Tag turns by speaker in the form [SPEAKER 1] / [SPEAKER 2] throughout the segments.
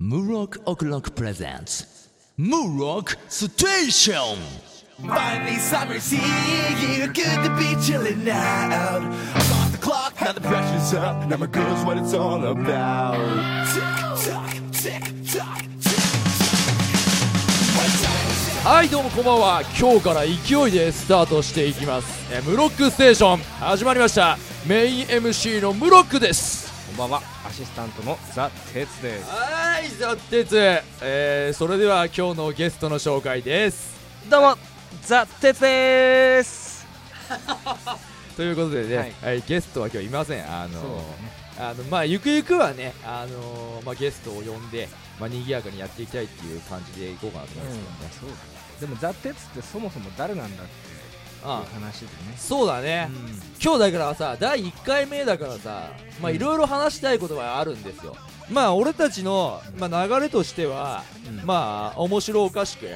[SPEAKER 1] Murok O'Clock presents Murok Station!
[SPEAKER 2] Finally, summer's here. Yeah, good to be chilling out. I'm off the clock, now the pressure's up. Now my girl's what it's all about. Tick tock, tick tock, tick tock.
[SPEAKER 3] はいどうもこんばんは今日から勢いでスタートしていきますえームロックステーション始まりましたメイン MC のムロックです
[SPEAKER 4] こんばんは、アシスタントのザ・テツです。
[SPEAKER 3] はいザ・テツ、えー、それでは今日のゲストの紹介です
[SPEAKER 4] どうも、ザ・テツです。
[SPEAKER 3] ということでね、は
[SPEAKER 4] はいい
[SPEAKER 3] ゲストは今日いませんあのー
[SPEAKER 4] そうね
[SPEAKER 3] あのまあゆくゆくはねあのーまあ、ゲストを呼んでまあ賑やかにやっていきたいっていう感じでいこうかなと思いますけどね、
[SPEAKER 4] そうだねでも、ザ・テツってそもそも誰なんだっていう
[SPEAKER 3] ああ
[SPEAKER 4] 話でね。
[SPEAKER 3] そうだね、今日だからさ第1回目だからさまあいろいろ話したいことはあるんですよまあ俺たちの、まあ、流れとしては、
[SPEAKER 4] うん
[SPEAKER 3] まあ面白おかしく、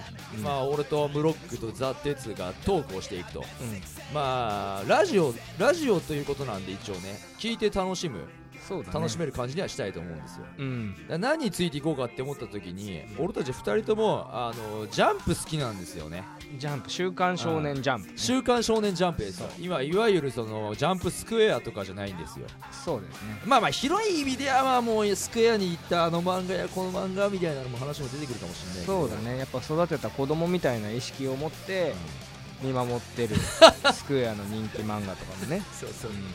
[SPEAKER 3] まあ俺とムロックとザ・テツがトークをしていくと
[SPEAKER 4] うん、
[SPEAKER 3] まあラジオラジオということなんで一応ね聞いて楽しむ
[SPEAKER 4] そうだね。
[SPEAKER 3] 楽しめる感じにはしたいと思うんですよ
[SPEAKER 4] うん。
[SPEAKER 3] だ何についていこうかって思った時に俺たち2人ともあのジャンプ好きなんですよね
[SPEAKER 4] ジャンプ、週刊少年ジャンプね、
[SPEAKER 3] 週刊少年ジャンプですよ今いわゆるそのジャンプスクエアとかじゃないんですよ
[SPEAKER 4] そうですね。
[SPEAKER 3] まあまあ広い意味ではまあもうスクエアに行ったあの漫画やこの漫画みたいなのも話も出てくるかもしれないけど
[SPEAKER 4] そうだね。やっぱ育てた子供みたいな意識を持って見守って るスクエアの人気漫画とかもね。
[SPEAKER 3] そうそううん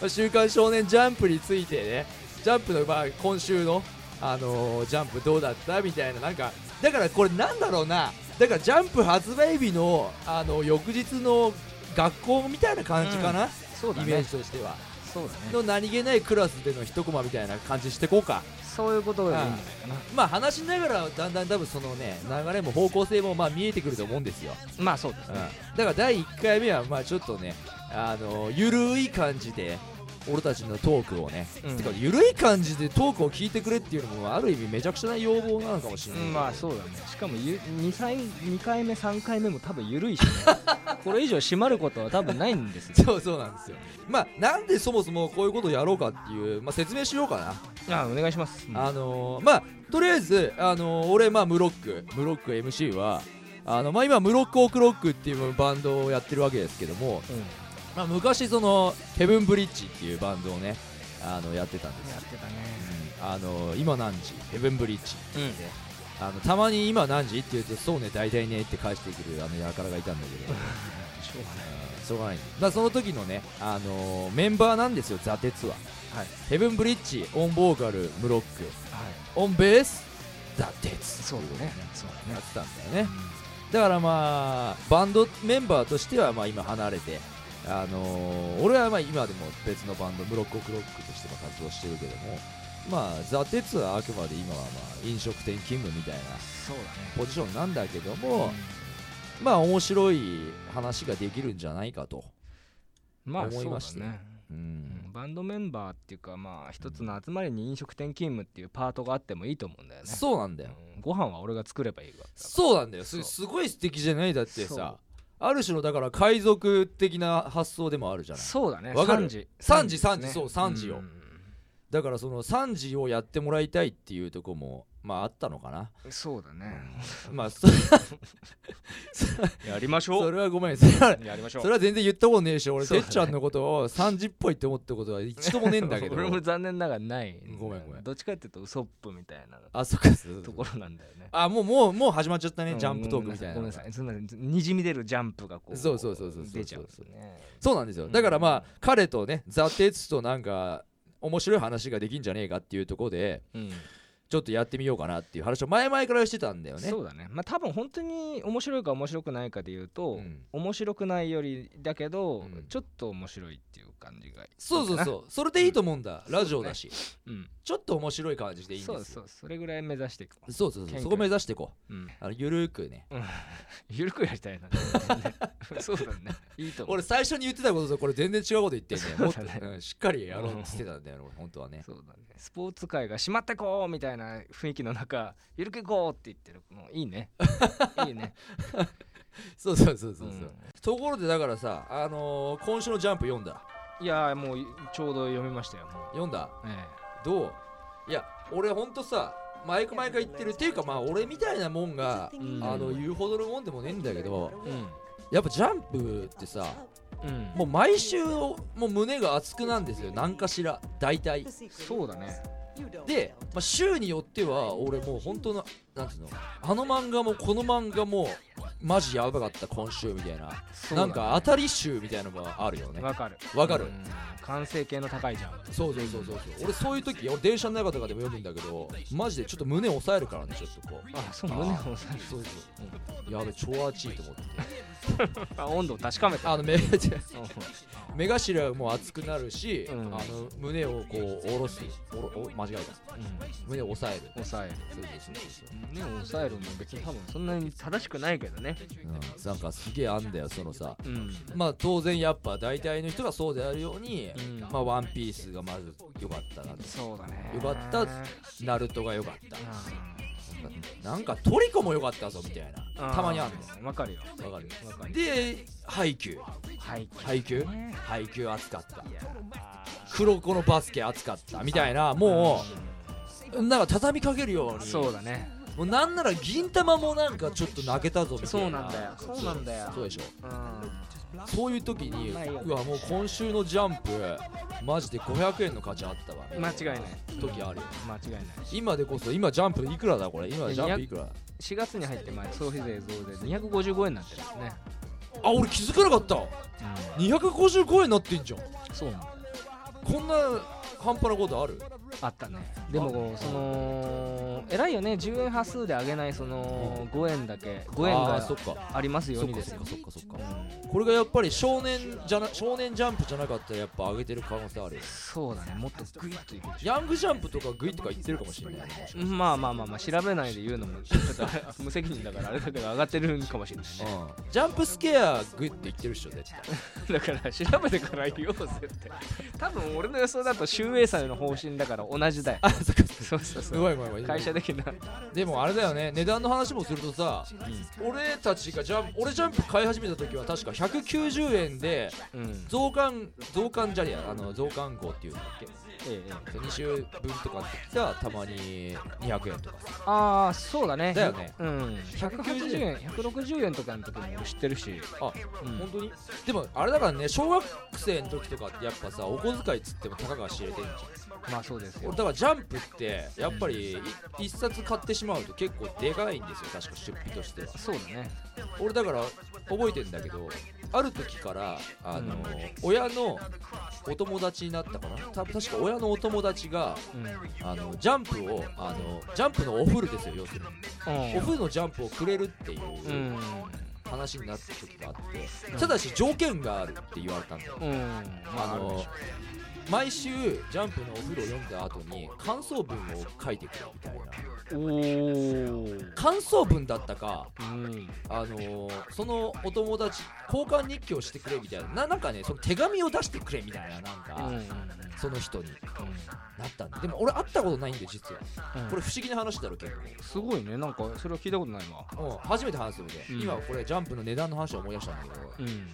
[SPEAKER 3] まあ週刊少年ジャンプについてねジャンプのまあ今週のあのージャンプどうだったみたいななんかだからこれなんだろうなだからジャンプ発売日のあの翌日の学校みたいな感じかな、
[SPEAKER 4] そうだ
[SPEAKER 3] イメー
[SPEAKER 4] ね
[SPEAKER 3] ジ。としては
[SPEAKER 4] そうだね。
[SPEAKER 3] の何気ないクラスでの一コマみたいな感じしてこうか
[SPEAKER 4] そういうことがいいんじゃないかな。
[SPEAKER 3] まあ話しながらだんだん多分そのね流れも方向性もまあ見えてくると思うんですよ、
[SPEAKER 4] まあ、そうで
[SPEAKER 3] う
[SPEAKER 4] す
[SPEAKER 3] ん、だ
[SPEAKER 4] ね。
[SPEAKER 3] から第1回目はまあちょっとねあのゆるい感じで俺たちのトークをね、
[SPEAKER 4] うん
[SPEAKER 3] てかゆるい感じでトークを聞いてくれっていうのもある意味めちゃくちゃな要望なのかもしれない、
[SPEAKER 4] うんまあそうだねしかもゆ 2, 歳2回目3回目も多分緩い しねこれ以上締まることは多分ないんですよ
[SPEAKER 3] そうそうなんですよまあなんでそもそもこういうことをやろうかっていう、まあ、説明しようかな
[SPEAKER 4] あお願いします
[SPEAKER 3] あのーまあとりあえず、あのー俺、まあ、ムロックムロック MC はあの、まあ、今ムロックオクロックっていうバンドをやってるわけですけども、
[SPEAKER 4] うん、や
[SPEAKER 3] まあ、昔そのヘブンブリッジっていうバンドをねあのやってたんですよ、
[SPEAKER 4] ってたね
[SPEAKER 3] あのー今何時ヘブンブリッジ
[SPEAKER 4] うん
[SPEAKER 3] あのたまに今何時って言うとそうね大体ねって返してくるあのやからがいたんだけど
[SPEAKER 4] しょうがない
[SPEAKER 3] うんしょうがないまあその時のね、あのーメンバーなんですよザ・テツは、
[SPEAKER 4] はい
[SPEAKER 3] ヘブンブリッジオンボーカルムロック
[SPEAKER 4] はい
[SPEAKER 3] オンベースザ・テツ
[SPEAKER 4] そうだねそうだ
[SPEAKER 3] や
[SPEAKER 4] ね
[SPEAKER 3] ってたんだよね、だからまあバンドメンバーとしてはまあ今離れてあのー俺はまあ今でも別のバンドムロッコクロックとしても活動してるけどもまあザ・テツはあくまで今はまあ飲食店勤務みたいな
[SPEAKER 4] そうだね
[SPEAKER 3] ポジションなんだけど
[SPEAKER 4] う
[SPEAKER 3] も、
[SPEAKER 4] ん
[SPEAKER 3] まあ面白い話ができるんじゃないかと、
[SPEAKER 4] まあ
[SPEAKER 3] 思いまし
[SPEAKER 4] そ
[SPEAKER 3] た
[SPEAKER 4] うだね
[SPEAKER 3] う
[SPEAKER 4] うん
[SPEAKER 3] ん、
[SPEAKER 4] バンドメンバーっていうかまあ一つの集まりに飲食店勤務っていうパートがあってもいいと思うんだよね
[SPEAKER 3] そうなんだよ
[SPEAKER 4] うんご飯は俺が作ればいいわ
[SPEAKER 3] そうなんだよ
[SPEAKER 4] そ
[SPEAKER 3] す
[SPEAKER 4] う
[SPEAKER 3] すごい素敵じゃないだって
[SPEAKER 4] そ
[SPEAKER 3] さ
[SPEAKER 4] う
[SPEAKER 3] ある種のだから海賊的な発想でもあるじゃない
[SPEAKER 4] そうだね
[SPEAKER 3] わかる
[SPEAKER 4] 3時
[SPEAKER 3] 3時
[SPEAKER 4] ですね
[SPEAKER 3] 3時そう3時よ
[SPEAKER 4] ん
[SPEAKER 3] だからその3時をやってもらいたいっていうとこもまああったのかな
[SPEAKER 4] そうだね
[SPEAKER 3] ま あそ
[SPEAKER 4] やりまし
[SPEAKER 3] それはご めんそれは
[SPEAKER 4] やりまし
[SPEAKER 3] それは全然言ったことねえし俺
[SPEAKER 4] そう
[SPEAKER 3] て
[SPEAKER 4] だ
[SPEAKER 3] っ
[SPEAKER 4] ね
[SPEAKER 3] ちゃんのことを3時っぽいって思ったことは一度もねえんだけど
[SPEAKER 4] 俺も残念ながらない
[SPEAKER 3] ごめんごめん
[SPEAKER 4] どっちかっていうとウソップみたいな
[SPEAKER 3] あそっか
[SPEAKER 4] ところなんだよね
[SPEAKER 3] あもうもうもう始まっちゃったねジャンプトークみたいな
[SPEAKER 4] ごめんなさいすみませんにじみ出るジャンプがこう
[SPEAKER 3] そうそうそうそうそう
[SPEAKER 4] 出ちゃうんですよね
[SPEAKER 3] そうなんですよ
[SPEAKER 4] うん
[SPEAKER 3] だからまあ彼とねザ・テツとなんか面白い話ができんじゃねえかっていうところで
[SPEAKER 4] うん
[SPEAKER 3] ちょっとやってみようかなっていう話を前々からしてたんだよね
[SPEAKER 4] そうだねまあ多分本当に面白いか面白くないかで言うと
[SPEAKER 3] うん
[SPEAKER 4] 面白くないよりだけど
[SPEAKER 3] うん
[SPEAKER 4] ちょっと面白いっていう感じが
[SPEAKER 3] そうそう
[SPEAKER 4] う
[SPEAKER 3] そうそれでいいと思うんだラジオだし
[SPEAKER 4] うん
[SPEAKER 3] ちょっと面白い感じでいいんです
[SPEAKER 4] そ
[SPEAKER 3] よ
[SPEAKER 4] うそうそれぐらい目指していく
[SPEAKER 3] そうそうそ
[SPEAKER 4] 謙
[SPEAKER 3] う
[SPEAKER 4] 虚
[SPEAKER 3] そこ目指していこう
[SPEAKER 4] うん
[SPEAKER 3] あのゆるーくね
[SPEAKER 4] うんゆるくやりたいな そうだねいいと思う
[SPEAKER 3] 俺最初に言ってたこととこれ全然違うこと言ってんねもっと
[SPEAKER 4] そうだね
[SPEAKER 3] うんしっかりやろうってしてたんだよね俺本当はね
[SPEAKER 4] そうだねスポーツ界が「しまってこう!」みたいな雰囲気の中「ゆるくこう!」って言ってるもういい ねいいね
[SPEAKER 3] そうそうそうそう
[SPEAKER 4] う
[SPEAKER 3] そうんところでだからさあのー今週のジャンプ読んだ
[SPEAKER 4] いやーもうちょうど読みましたよもう
[SPEAKER 3] 読んだ
[SPEAKER 4] え
[SPEAKER 3] どういや俺ほんとさ毎回毎回言ってるっていうかまあ俺みたいなもんが、
[SPEAKER 4] うん
[SPEAKER 3] あの言うほどのもんでもねえんだけど
[SPEAKER 4] うん
[SPEAKER 3] やっぱジャンプってさ
[SPEAKER 4] うん
[SPEAKER 3] もう毎週もう胸が熱くなんですよ何かしら大体
[SPEAKER 4] そうだね
[SPEAKER 3] で、まあ、週によっては俺もう本当のなんていうのあの漫画もこの漫画もマジやばかった今週みたいな、
[SPEAKER 4] そうだ
[SPEAKER 3] な
[SPEAKER 4] ね
[SPEAKER 3] んか当たり週みたいなのがあるよね
[SPEAKER 4] わかる
[SPEAKER 3] わかる
[SPEAKER 4] うん完成形の高いジャンプ
[SPEAKER 3] そうそうそうそうそう俺そういう時俺電車の中とかでも読むんだけどマジでちょっと胸押さえるからねちょっとこう
[SPEAKER 4] あそう胸を押さえ
[SPEAKER 3] そうそう、うん、やべ超熱いと思って
[SPEAKER 4] るあ温度を確かめて
[SPEAKER 3] あの目
[SPEAKER 4] う
[SPEAKER 3] 目頭も熱くなるし、
[SPEAKER 4] うん
[SPEAKER 3] あの胸をこう下ろすおろお間違えた
[SPEAKER 4] んうん
[SPEAKER 3] 胸を押さえる
[SPEAKER 4] 抑える
[SPEAKER 3] そうそうそう
[SPEAKER 4] 胸を抑えるも別に多分そんなに正しくないけどね
[SPEAKER 3] そう、うん、なんかすげえあんだよそのさ
[SPEAKER 4] うん
[SPEAKER 3] まあ当然やっぱ大体の人がそうであるように、
[SPEAKER 4] うん
[SPEAKER 3] まあワンピースがまず良かったなと
[SPEAKER 4] そうだね
[SPEAKER 3] 良かった
[SPEAKER 4] うん
[SPEAKER 3] ナルトが良かったなんかトリコも良かったぞみたいなたまにあるんです
[SPEAKER 4] わかるよ
[SPEAKER 3] わかるで配給
[SPEAKER 4] はい
[SPEAKER 3] 配給配給熱かった黒子のバスケ熱かったみたいなもうなんか畳みかけるように
[SPEAKER 4] そうだね
[SPEAKER 3] もうなんなら銀玉もなんかちょっと泣けたぞみたいな
[SPEAKER 4] そうなんだよそうなんだよ
[SPEAKER 3] そうでしょ
[SPEAKER 4] うん
[SPEAKER 3] そういう時に
[SPEAKER 4] ないよね
[SPEAKER 3] うわもう今週の「ジャンプ」マジで500円の価値あったわ
[SPEAKER 4] 間違いない
[SPEAKER 3] 時あるよ
[SPEAKER 4] 間違いない
[SPEAKER 3] 今でこそ今「ジャンプ」いくらだこれ今「ジャンプ」いくら
[SPEAKER 4] 4月に入って前消費税増税255円になってるんですね
[SPEAKER 3] あ俺気づかなかった255円になってんじゃん
[SPEAKER 4] そうなんだ
[SPEAKER 3] こんな半端なことある
[SPEAKER 4] あったねでもその偉いよね10円端数で上げないその5円だけ5円
[SPEAKER 3] あーそっ
[SPEAKER 4] が
[SPEAKER 3] か
[SPEAKER 4] ありますよ
[SPEAKER 3] そうっ
[SPEAKER 4] に
[SPEAKER 3] か
[SPEAKER 4] です
[SPEAKER 3] そっ
[SPEAKER 4] よ
[SPEAKER 3] かそっかそっかこれがやっぱり少年じゃな少年ジャンプじゃなかったらやっぱ上げてる可能性あるよ
[SPEAKER 4] そうだねもっとグイッといく
[SPEAKER 3] ヤングジャンプとかグイとか言ってるかもしれないね
[SPEAKER 4] まあまあまあまあ調べないで言うのもちょっとあれ無責任だからあれだけど上がってるかもしれないね
[SPEAKER 3] うんジャンプスケアグイって言ってるっしょ絶対
[SPEAKER 4] だから調べてから言おうぜって多分俺の予想だと秀英さんの方針だから同じだよ
[SPEAKER 3] そっか
[SPEAKER 4] そうそ
[SPEAKER 3] す
[SPEAKER 4] うそう
[SPEAKER 3] ごいごめんごめん
[SPEAKER 4] 会社的な
[SPEAKER 3] でもあれだよね値段の話もするとさ、俺たちがジャンプ俺ジャンプ買い始めた時は確か190円で
[SPEAKER 4] うん
[SPEAKER 3] 増刊増刊じゃねえやあの増刊号っていうんだっけ
[SPEAKER 4] ええ
[SPEAKER 3] 2週分とかってきたらたまに200円とかさ
[SPEAKER 4] ああそうだね
[SPEAKER 3] だよね
[SPEAKER 4] うん180円160円とかの時も知ってるし
[SPEAKER 3] あ、
[SPEAKER 4] うん
[SPEAKER 3] 本当にでもあれだからね小学生の時とかってやっぱさお小遣いつってもたかが知れてんじゃ
[SPEAKER 4] まあそうです
[SPEAKER 3] ん
[SPEAKER 4] よ
[SPEAKER 3] だからジャンプってやっぱりい一冊買ってしまうと結構でかいんですよ確か出費としては
[SPEAKER 4] そうだね
[SPEAKER 3] 俺だから覚えてんだけどある時からあの、
[SPEAKER 4] うん
[SPEAKER 3] 親のお友達になったかなた確か親のお友達が
[SPEAKER 4] うん
[SPEAKER 3] あのジャンプをあのジャンプのオフルですよ要するにオフルのジャンプをくれるっていううん話になった時があって、
[SPEAKER 4] うん
[SPEAKER 3] ただし条件があるって言われたんだよ、
[SPEAKER 4] うんま
[SPEAKER 3] あ
[SPEAKER 4] ああるで
[SPEAKER 3] の
[SPEAKER 4] しょ
[SPEAKER 3] 毎週ジャンプのお風呂を読んだ後に感想文を書いてくれみたいな
[SPEAKER 4] おお
[SPEAKER 3] 感想文だったか
[SPEAKER 4] うん
[SPEAKER 3] あのーそのお友達交換日記をしてくれみたいなななんかねその手紙を出してくれみたいななんか、
[SPEAKER 4] うん
[SPEAKER 3] その人になったんででも俺会ったことないんで実はこれ不思議な話だろ結
[SPEAKER 4] すごいねなんかそれは聞いたことないわ
[SPEAKER 3] 構、うん、初めて話すので、
[SPEAKER 4] うん
[SPEAKER 3] 今これジャンプの値段の話を思い出したんだけど、
[SPEAKER 4] うん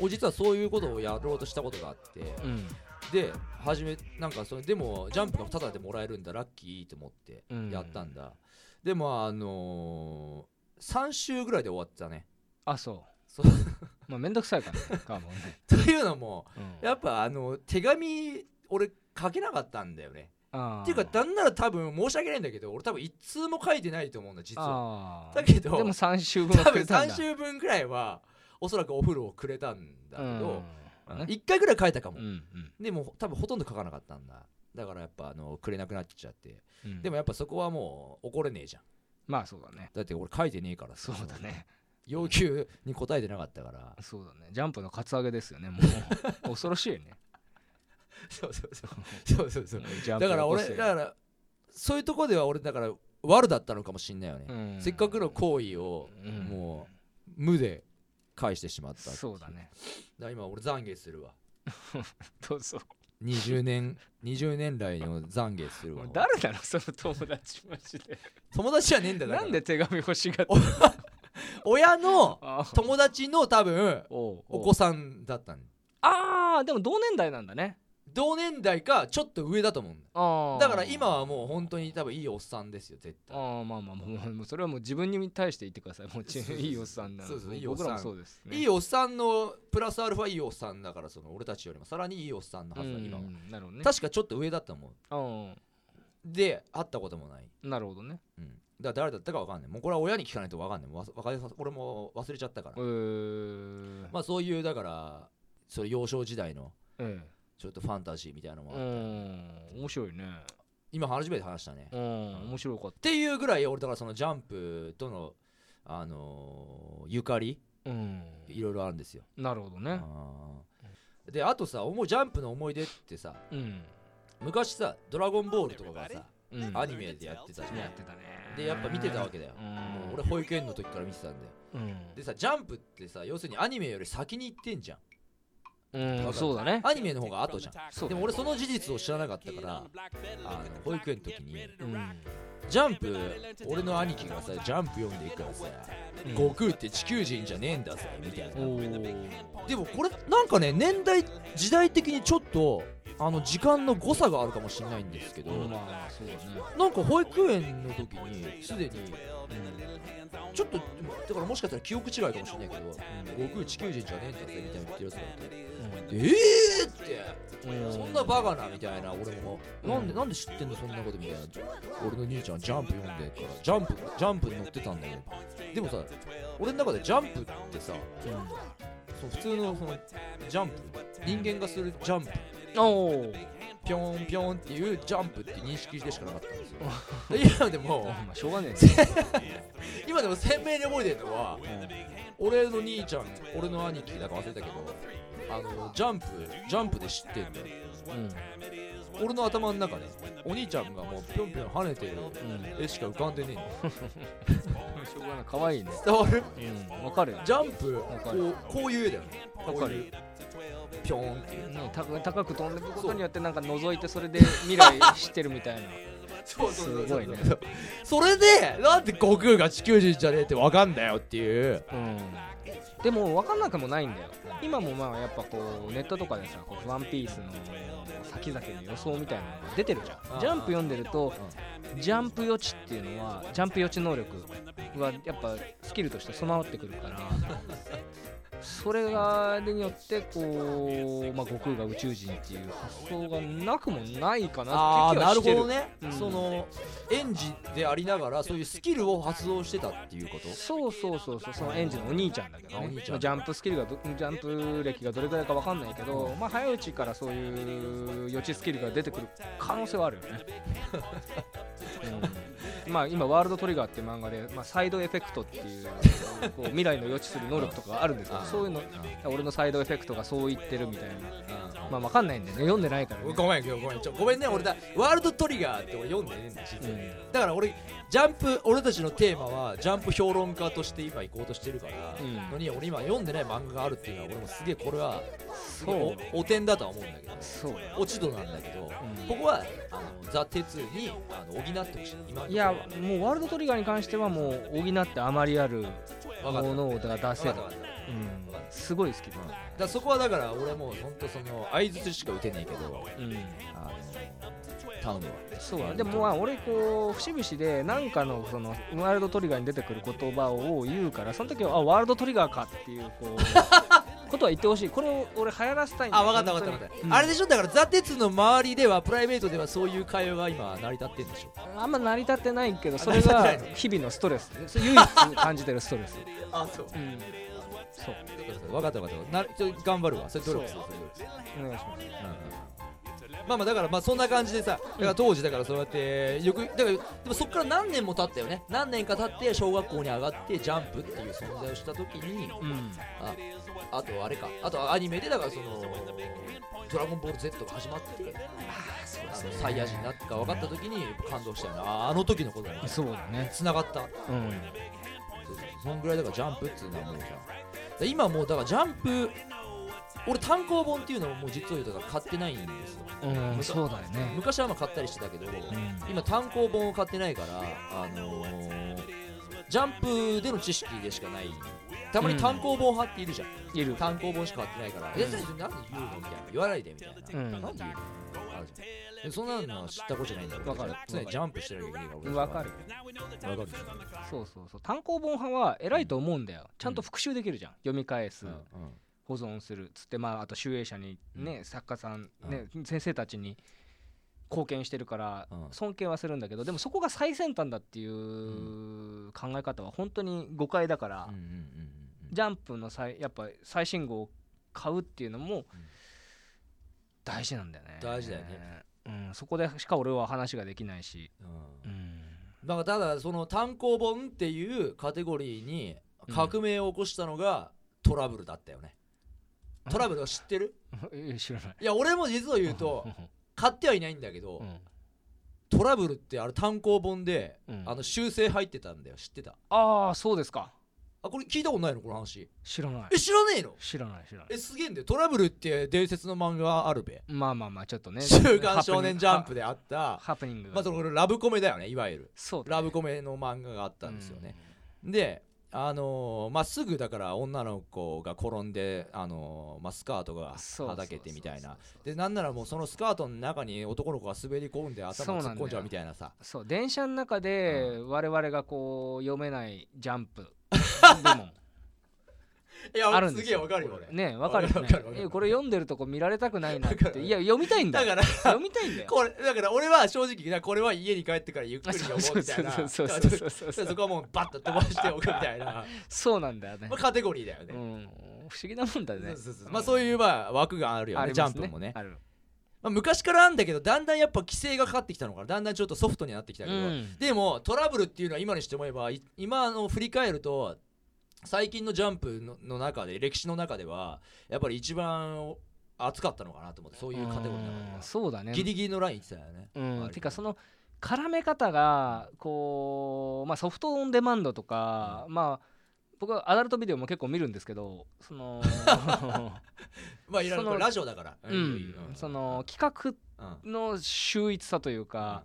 [SPEAKER 3] 俺実はそういうことをやろうとしたことがあって、
[SPEAKER 4] うん
[SPEAKER 3] で初めなんかそれでもジャンプがタダでもらえるんだラッキーと思って
[SPEAKER 4] うん
[SPEAKER 3] やったんだ、でもあのー、3週ぐらいで終わってたね
[SPEAKER 4] あそう
[SPEAKER 3] そ
[SPEAKER 4] まあめんどくさいからねかもね
[SPEAKER 3] というのも
[SPEAKER 4] うん
[SPEAKER 3] やっぱあの手紙俺書けなかったんだよね
[SPEAKER 4] あー
[SPEAKER 3] っていうかなんなら多分申し訳ないんだけど俺多分一通も書いてないと思うんだ実は
[SPEAKER 4] あー
[SPEAKER 3] だけど
[SPEAKER 4] でも3週分は
[SPEAKER 3] 多
[SPEAKER 4] く
[SPEAKER 3] 分
[SPEAKER 4] れたんだ
[SPEAKER 3] 3週分くらいはおそらくお風呂をくれたんだけど、
[SPEAKER 4] うん
[SPEAKER 3] 1回ぐらい書いたかも、
[SPEAKER 4] うんうん
[SPEAKER 3] でも多分ほとんど書かなかったんだだからやっぱあのくれなくなっちゃって
[SPEAKER 4] うん
[SPEAKER 3] でもやっぱそこはもう怒れねえじゃん
[SPEAKER 4] まあそうだね
[SPEAKER 3] だって俺書いてねえから
[SPEAKER 4] そうだね
[SPEAKER 3] 要求に応えてなかったから
[SPEAKER 4] そうだねジャンプのカツアゲですよねも う恐ろしいね
[SPEAKER 3] そうそう そうそうそうそう
[SPEAKER 4] ジャンプ
[SPEAKER 3] だから俺だからそういうとこでは俺だから悪だったのかもしんないよね、
[SPEAKER 4] うん
[SPEAKER 3] せっかくの行為を
[SPEAKER 4] うん
[SPEAKER 3] もう無で返してしまった
[SPEAKER 4] そうだね
[SPEAKER 3] だから今俺懺悔するわ
[SPEAKER 4] どうぞ
[SPEAKER 3] 20年20年 来の懺悔するわ
[SPEAKER 4] もう 誰なのその友達マジで
[SPEAKER 3] 友達じゃねえ んだよだか
[SPEAKER 4] な
[SPEAKER 3] ら
[SPEAKER 4] んで手紙欲しがって
[SPEAKER 3] 親の
[SPEAKER 4] あー
[SPEAKER 3] 友達の多分
[SPEAKER 4] おう
[SPEAKER 3] お
[SPEAKER 4] う
[SPEAKER 3] 子さんだったん
[SPEAKER 4] あーでも同年代なんだね
[SPEAKER 3] 同年代かちょっと上だと思うんだ
[SPEAKER 4] あー
[SPEAKER 3] だから今はもう本当に多分いいおっさんですよ絶対
[SPEAKER 4] ああまあまあまあまあもうそれはもう自分に対して言ってく ださいもうちいいおっさんなの
[SPEAKER 3] そうそういいおっ
[SPEAKER 4] 僕
[SPEAKER 3] さん
[SPEAKER 4] らもそうです、ね、
[SPEAKER 3] いい
[SPEAKER 4] よ
[SPEAKER 3] おっさんのプラスアルファいいおっさんだからその俺たちよりもさらにいいおっさんのはずだ今は
[SPEAKER 4] なるほどね
[SPEAKER 3] 確かちょっと上だったと思う
[SPEAKER 4] あ
[SPEAKER 3] で会ったこともない、
[SPEAKER 4] あなるほどね
[SPEAKER 3] うん、だから誰だったか分かんないもうこれは親に聞かないと分かんないもうわわかりさ俺も忘れちゃったから
[SPEAKER 4] えー
[SPEAKER 3] まあそういうだからそれ幼少時代の
[SPEAKER 4] え
[SPEAKER 3] ちょっとファンタジーみたいなのも
[SPEAKER 4] え
[SPEAKER 3] あ
[SPEAKER 4] う
[SPEAKER 3] って、
[SPEAKER 4] ん面白いね
[SPEAKER 3] 今初めて話したね、
[SPEAKER 4] う
[SPEAKER 3] っ
[SPEAKER 4] ん面白かって
[SPEAKER 3] いうぐらい俺だからそのジャンプとのあのーゆかり
[SPEAKER 4] たうん
[SPEAKER 3] いろいろあるんですよ、
[SPEAKER 4] なるほどね
[SPEAKER 3] あーであとさ思うジャンプの思い出ってさ
[SPEAKER 4] うん
[SPEAKER 3] 昔さ「ドラゴンボール」とかがさ
[SPEAKER 4] うん
[SPEAKER 3] アニメでやってたじゃん
[SPEAKER 4] やってたね
[SPEAKER 3] でやっぱ見てたわけだよ
[SPEAKER 4] うん
[SPEAKER 3] もう俺保育園の時から見てたんだよ
[SPEAKER 4] うん
[SPEAKER 3] でさジャンプってさ要するにアニメより先に行ってんじゃん
[SPEAKER 4] うんそうだね
[SPEAKER 3] アニメの方が後じゃん
[SPEAKER 4] そう
[SPEAKER 3] でも俺その事実を知らなかったからあの保育園の時に
[SPEAKER 4] うん
[SPEAKER 3] ジャンプ俺の兄貴がさジャンプ読んでいくからさ、
[SPEAKER 4] うん
[SPEAKER 3] 悟空って地球人じゃねえんだぜみたいな
[SPEAKER 4] おー
[SPEAKER 3] でもこれなんかね年代時代的にちょっとあの時間の誤差があるかもしれないんですけど、
[SPEAKER 4] まあそうだね
[SPEAKER 3] なんか保育園の時にすでに、ちょっとだからもしかしたら記憶違いかもしれないけど、悟空地球人じゃねえんだぜみたいな言ってるやつがいて、えーって
[SPEAKER 4] うん
[SPEAKER 3] そんなバカなみたいな俺も、
[SPEAKER 4] うん
[SPEAKER 3] なんでなんで知ってんのそんなことみたいな俺の兄ちゃんジャンプ読んでるからジャンプジャンプに乗ってたんだよでもさ俺の中でジャンプってさ、そう普通のそのジャンプ人間がするジャンプ
[SPEAKER 4] おお
[SPEAKER 3] ピョンピョンっていうジャンプって認識でしかなかったんですよ今でも
[SPEAKER 4] まあしょうがね
[SPEAKER 3] 今でも鮮明に覚えてるのは俺の兄ちゃん俺の兄貴だか忘れたけどあのジャンプジャンプで知ってんだよ
[SPEAKER 4] えうん
[SPEAKER 3] 俺の頭の中でお兄ちゃんがもうぴょんぴょん跳ねてる
[SPEAKER 4] う
[SPEAKER 3] 絵しか浮かんでねえんだよ
[SPEAKER 4] しょうがない可愛いね
[SPEAKER 3] 伝わる
[SPEAKER 4] うんわかるよ
[SPEAKER 3] ジャンプ
[SPEAKER 4] わか
[SPEAKER 3] こ
[SPEAKER 4] る
[SPEAKER 3] うこういう絵だよね
[SPEAKER 4] わかる
[SPEAKER 3] ぴょんっていう
[SPEAKER 4] ね、高高く飛んでいくことによってなんか覗いてそれで未来知ってるみたいな
[SPEAKER 3] そう
[SPEAKER 4] そうそうすごいね
[SPEAKER 3] それでなんで悟空が地球人じゃねえってわかんだよっていう
[SPEAKER 4] うんでも分かんなくもないんだよ今もまあやっぱこうネットとかでさ「こうワンピースの先々の予想みたいなのが出てるじゃ
[SPEAKER 3] あ
[SPEAKER 4] んジャンプ読んでるとジャンプ予知っていうのはジャンプ予知能力はやっぱスキルとして備わってくる からそれがによってこう、まあ、悟空が宇宙人っていう発想がなくもないかな
[SPEAKER 3] ああ
[SPEAKER 4] って気
[SPEAKER 3] な
[SPEAKER 4] は
[SPEAKER 3] る
[SPEAKER 4] し
[SPEAKER 3] ほ
[SPEAKER 4] てる
[SPEAKER 3] どね、
[SPEAKER 4] うん
[SPEAKER 3] その園児でありながらそういうスキルを発動してたっていうこと
[SPEAKER 4] そうそうそうそうその園児のお兄ちゃんだけど、
[SPEAKER 3] あお
[SPEAKER 4] ね
[SPEAKER 3] 兄ちゃん
[SPEAKER 4] まあジャンプスキルがどジャンプ歴がどれくらいか分かんないけど、まあ、早いうちからそういう予知スキルが出てくる可能性はあ るよね、うんまあ今「ワールドトリガー」っていう漫画で、まあ、サイドエフェクトっていうこう未来の予知する能力とかがあるんですけどそういうの俺のサイドエフェクトがそう言ってるみたいなまあ分かんないんでね読んでないからね、
[SPEAKER 3] ごめんごめんちょごめんね俺だワールドトリガーって俺読んでねえんだ実
[SPEAKER 4] う
[SPEAKER 3] は
[SPEAKER 4] ん
[SPEAKER 3] だから俺ジャンプ俺たちのテーマはジャンプ評論家として今行こうとしてるから、
[SPEAKER 4] うん
[SPEAKER 3] のに俺今読んでない漫画があるっていうのは俺もすげえこれはすげ
[SPEAKER 4] そ
[SPEAKER 3] え
[SPEAKER 4] う
[SPEAKER 3] おお点だとは思うんだけど
[SPEAKER 4] そうだ
[SPEAKER 3] 落ち度なんだけど、
[SPEAKER 4] ん
[SPEAKER 3] ここはあのザ・鉄にあの補ってほしい今の
[SPEAKER 4] いやもうワールドトリガーに関してはもう補って余りある
[SPEAKER 3] わかった
[SPEAKER 4] ものをだから出せ
[SPEAKER 3] わかっ
[SPEAKER 4] る
[SPEAKER 3] たわかった
[SPEAKER 4] うんすごい好きだな、
[SPEAKER 3] だからそこはだから俺もう本当その相槌しか打てないけど
[SPEAKER 4] うん、
[SPEAKER 3] あの頼むわ
[SPEAKER 4] そうだねでもまあ俺こう節々で何かのそのワールドトリガーに出てくる言葉を言うからその時はあワールドトリガーかっていうこうことは言ってほしいこれを俺流行らせたいんだ
[SPEAKER 3] あ分かった分かった分かった、
[SPEAKER 4] うん
[SPEAKER 3] あれでしょだからザ・鉄の周りではプライベートではそういう会話が今成り立ってんでしょ
[SPEAKER 4] あんま成り立ってないけどそ
[SPEAKER 3] 成り
[SPEAKER 4] れ
[SPEAKER 3] 立ってな
[SPEAKER 4] が
[SPEAKER 3] いの
[SPEAKER 4] 日々のストレスそれ唯一感じてるストレス、
[SPEAKER 3] あそう
[SPEAKER 4] うん、そう
[SPEAKER 3] 分かった分かったなちょ頑張るわそれ努力するそれ努力する
[SPEAKER 4] お願いします
[SPEAKER 3] まあまあだからまあそんな感じでさだから当時だからそうやってよくだからでもそっから何年も経ったよね何年か経って小学校に上がってジャンプっていう存在をした時に
[SPEAKER 4] うん
[SPEAKER 3] ああとあれかあとアニメでだからその「ドラゴンボール Z」が始まってあのサイヤ人だったか分かった時に感動したよねああの時のことに
[SPEAKER 4] そうだね
[SPEAKER 3] 繋がった
[SPEAKER 4] うん
[SPEAKER 3] そうそうそんぐらいだからジャンプっていうのはもうさで今もうだからジャンプ俺単行本っていうのももう実を言うとだから買ってないんですよ
[SPEAKER 4] うん、そうだよね。
[SPEAKER 3] 昔はまあ買ったりしてたけど、
[SPEAKER 4] うん
[SPEAKER 3] 今単行本を買ってないからあのージャンプでの知識でしかないたまに単行本派っているじゃん、
[SPEAKER 4] いる、
[SPEAKER 3] 単行本しか買ってないから「えそれなんで言うの?」みたいな言わないでみたいな、
[SPEAKER 4] うん
[SPEAKER 3] なんで言うのあるじゃんえそんなのは知ったことじゃないんだよ
[SPEAKER 4] わかる
[SPEAKER 3] 常にジャンプしてなきゃいけないから
[SPEAKER 4] わかる
[SPEAKER 3] 分かるでし
[SPEAKER 4] そうそうそう単行本派は偉いと思うんだよちゃんと復習できるじゃん読み返す
[SPEAKER 3] ょうんうん
[SPEAKER 4] 保存するつってまああと集英社にね、作家さん、ね先生たちに貢献してるから
[SPEAKER 3] うん
[SPEAKER 4] 尊敬はするんだけどでもそこが最先端だっていう考え方は本当に誤解だから、
[SPEAKER 3] うんうんうん
[SPEAKER 4] ジャンプの最やっぱ最新号を買うっていうのも大事なんだよね
[SPEAKER 3] 大事だよね、
[SPEAKER 4] うん、そこでしか俺は話ができないし、
[SPEAKER 3] うんうん
[SPEAKER 4] うん、
[SPEAKER 3] なんかただその単行本っていうカテゴリーに革命を起こしたのがトラブルだったよね、トラブルは知ってる
[SPEAKER 4] え知らない
[SPEAKER 3] いや俺も実を言うと買ってはいないんだけど、
[SPEAKER 4] うん
[SPEAKER 3] トラブルってあれ単行本で、
[SPEAKER 4] うん
[SPEAKER 3] あの修正入ってたんだよ知ってた
[SPEAKER 4] ああそうですか
[SPEAKER 3] あこれ聞いたことないのこの話
[SPEAKER 4] 知らない
[SPEAKER 3] え知らねえの
[SPEAKER 4] 知らない知らない
[SPEAKER 3] えすげえんだよトラブルって伝説の漫画あるべ
[SPEAKER 4] まあまあまあちょっとね
[SPEAKER 3] 「週刊少年ジャンプ」
[SPEAKER 4] で
[SPEAKER 3] であった
[SPEAKER 4] ハプニングが
[SPEAKER 3] まあそのラブコメだよねいわゆる
[SPEAKER 4] そうだね
[SPEAKER 3] ラブコメの漫画があったんですよねであのーまあすぐだから女の子が転んであのーまあスカートが
[SPEAKER 4] そう
[SPEAKER 3] はだけてみたいな
[SPEAKER 4] そうそうそうそ
[SPEAKER 3] で
[SPEAKER 4] う
[SPEAKER 3] なんならもうそのスカートの中に男の子が滑り込んで頭突っ込んじゃうみたいなさ
[SPEAKER 4] そう電車の中で我々がこう読めないジャンプ でも
[SPEAKER 3] いや
[SPEAKER 4] あるん
[SPEAKER 3] す
[SPEAKER 4] です
[SPEAKER 3] げえ
[SPEAKER 4] よ
[SPEAKER 3] わかるよ俺
[SPEAKER 4] ねわかるよ
[SPEAKER 3] わ
[SPEAKER 4] ね
[SPEAKER 3] かるわかる
[SPEAKER 4] えこれ読んでるとこ見られたくないなっ
[SPEAKER 3] わか
[SPEAKER 4] て
[SPEAKER 3] る
[SPEAKER 4] いや読みたいんだ
[SPEAKER 3] だか
[SPEAKER 4] よ
[SPEAKER 3] ら
[SPEAKER 4] 読みたいんだよ
[SPEAKER 3] これだから俺は正直なこれは家に帰ってからゆっく
[SPEAKER 4] あ
[SPEAKER 3] り
[SPEAKER 4] そ
[SPEAKER 3] 読
[SPEAKER 4] う
[SPEAKER 3] もう
[SPEAKER 4] そう
[SPEAKER 3] みたい
[SPEAKER 4] そ
[SPEAKER 3] うな
[SPEAKER 4] そうそう
[SPEAKER 3] だか
[SPEAKER 4] そ
[SPEAKER 3] ら
[SPEAKER 4] うそう そう
[SPEAKER 3] そこはもうバッと飛ばしておくみた いな、ま
[SPEAKER 4] そうなんだよね
[SPEAKER 3] あ、カテゴリーだよ
[SPEAKER 4] う
[SPEAKER 3] ね。
[SPEAKER 4] ん不思議なもんだね
[SPEAKER 3] そうそうそうまあそういうまあ枠があるよ
[SPEAKER 4] あ
[SPEAKER 3] ね
[SPEAKER 4] り
[SPEAKER 3] ジャ
[SPEAKER 4] ま
[SPEAKER 3] ン
[SPEAKER 4] す
[SPEAKER 3] プもね、
[SPEAKER 4] ある
[SPEAKER 3] まあ、昔からあるんだけどだんだんやっぱ規制がかかってきたのかなだんだんちょっとソフトになってきたけど、
[SPEAKER 4] うん
[SPEAKER 3] でもトラブルっていうのは今にして思えばい今の振り返ると最近のジャンプのの中で歴史の中ではやっぱり一番熱かったのかなと思ってそういうカテゴリーの中で
[SPEAKER 4] うん
[SPEAKER 3] は
[SPEAKER 4] そうだね
[SPEAKER 3] ギリギリのラインいってたよね、
[SPEAKER 4] う
[SPEAKER 3] あ
[SPEAKER 4] ん、
[SPEAKER 3] れ
[SPEAKER 4] てかその絡め方がこう、まあ、ソフトオンデマンドとか、まあ僕はアダルトビデオも結構見るんですけど その
[SPEAKER 3] まあいろい
[SPEAKER 4] そ
[SPEAKER 3] ろ
[SPEAKER 4] の
[SPEAKER 3] ラジオだから、
[SPEAKER 4] う
[SPEAKER 3] いい
[SPEAKER 4] ん
[SPEAKER 3] よいいよ
[SPEAKER 4] その企
[SPEAKER 3] うん
[SPEAKER 4] 画の秀逸さというか、